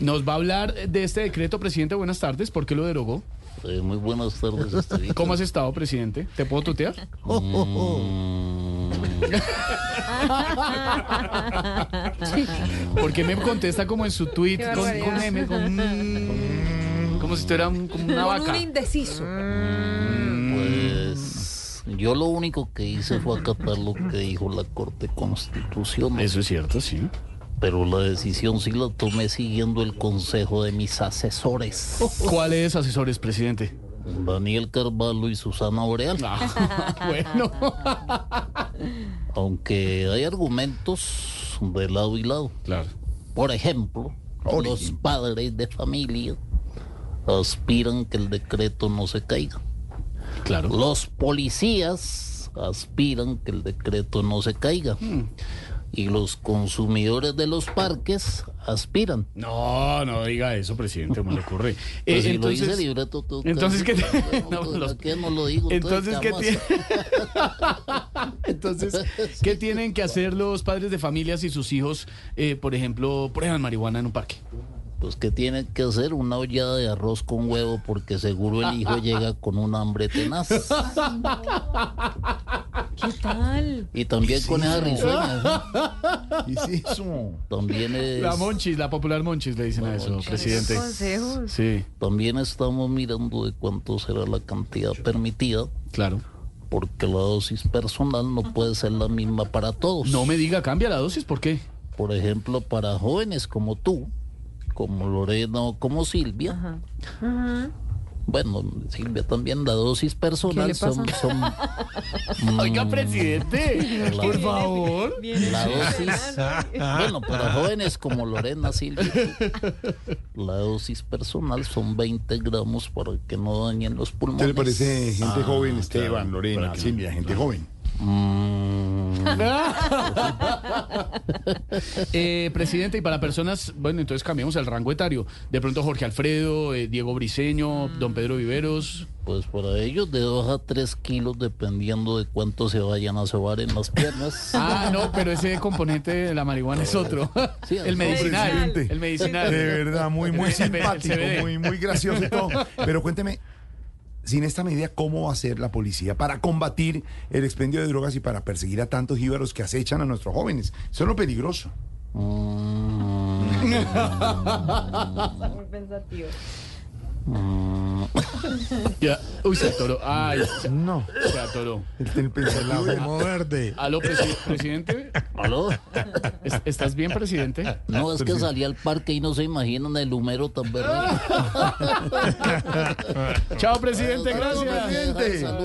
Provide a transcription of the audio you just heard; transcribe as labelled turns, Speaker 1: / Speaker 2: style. Speaker 1: Nos va a hablar de este decreto, presidente. Buenas tardes. ¿Por qué lo derogó?
Speaker 2: Eh, muy buenas tardes, Estevita.
Speaker 1: ¿Cómo has estado, presidente? ¿Te puedo tutear?
Speaker 2: Mm,
Speaker 1: ¿Por qué me contesta como en su tweet
Speaker 3: Qué
Speaker 1: con, con
Speaker 3: barbaridad.
Speaker 1: memes? Con, mm, como si estuviera un- como una
Speaker 3: Con un
Speaker 1: vaca. Mm.
Speaker 3: indeciso.
Speaker 2: Pues yo lo único que hice fue acatar lo que dijo la Corte Constitucional.
Speaker 1: Eso es cierto, sí.
Speaker 2: Pero la decisión sí la tomé siguiendo el consejo de mis asesores.
Speaker 1: Oh. ¿Cuáles asesores, presidente?
Speaker 2: Daniel Carvalho y Susana Oreal.
Speaker 1: Ah, bueno.
Speaker 2: Aunque hay argumentos de lado y lado.
Speaker 1: Claro.
Speaker 2: Por ejemplo, los padres de familia aspiran que el decreto no se caiga.
Speaker 1: Claro.
Speaker 2: Los policías aspiran que el decreto no se caiga.
Speaker 1: Hmm.
Speaker 2: Y los consumidores de los parques aspiran.
Speaker 1: No, no diga eso, presidente. ¿Cómo le ocurre? Eh,
Speaker 2: Pues si lo dice el libreto, tú-
Speaker 1: entonces, ¿qué te-
Speaker 2: No,
Speaker 1: no,
Speaker 2: pues,
Speaker 1: los-
Speaker 2: ¿a qué no lo digo?
Speaker 1: Entonces, ¿qué,
Speaker 2: Entonces,
Speaker 1: tiene-
Speaker 2: jamás.
Speaker 1: Entonces, ¿qué tienen que hacer los padres de familia si sus hijos, eh, por ejemplo, prueban marihuana en un parque?
Speaker 2: Pues que tienen que hacer una ollada de arroz con huevo porque seguro el hijo llega con un hambre tenaz.
Speaker 3: ¿Qué tal?
Speaker 2: Y también con esa risueña. ¿sí? También es-
Speaker 1: La Monchis, la popular Monchis, le dicen a eso,
Speaker 2: Monchis.
Speaker 1: presidente.
Speaker 3: Consejos.
Speaker 1: Sí,
Speaker 2: también estamos mirando de cuánto será la cantidad permitida
Speaker 1: claro.
Speaker 2: porque la dosis personal no puede ser la misma para todos.
Speaker 1: No me diga, cambia la dosis, ¿por qué?
Speaker 2: Por ejemplo, para jóvenes como tú, como Lorena o como Silvia. Bueno, Silvia también la dosis personal
Speaker 3: ¿Qué le
Speaker 2: son,
Speaker 3: pasa?
Speaker 2: son
Speaker 1: Oiga, presidente,
Speaker 2: Mm. Claro.
Speaker 1: por favor.
Speaker 2: la dosis. Bueno, para jóvenes como Lorena, Silvia, tú, la dosis personal son 20 gramos para que no dañen los pulmones.
Speaker 4: ¿Qué le parece gente joven, Esteban, Lorena, Silvia, gente joven?
Speaker 2: Mm,
Speaker 1: Eh, presidente, y para personas, bueno, entonces cambiamos el rango etario. De pronto Jorge Alfredo, eh, Diego Briseño, don Pedro Viveros.
Speaker 2: Pues para ellos de 2 a 3 kilos dependiendo de cuánto se vayan a cebar en las piernas.
Speaker 1: Ah, no, pero ese componente de la marihuana es otro.
Speaker 2: Sí,
Speaker 1: el medicinal.
Speaker 4: presidente.
Speaker 1: El medicinal.
Speaker 4: De verdad, muy, muy
Speaker 1: El CBD.
Speaker 4: simpático, muy, muy gracioso y todo. Pero cuénteme, sin esta medida, ¿cómo va a ser la policía para combatir el expendio de drogas y para perseguir a tantos íbaros que acechan a nuestros jóvenes? Eso es lo peligroso.
Speaker 2: Mm,
Speaker 3: Muy pensativo.
Speaker 1: Ya. Uy, se atoró. Ay, se-
Speaker 4: No.
Speaker 1: se atoró.
Speaker 4: El, el pensamiento de
Speaker 1: Aló, presi- presidente.
Speaker 2: ¿Aló?
Speaker 1: ¿Es- ¿Estás bien, presidente?
Speaker 2: No, es que salí al parque y no se imaginan el humero tan verde.
Speaker 1: Chao, presidente.
Speaker 2: Hasta luego,
Speaker 1: Gracias.
Speaker 2: presidente.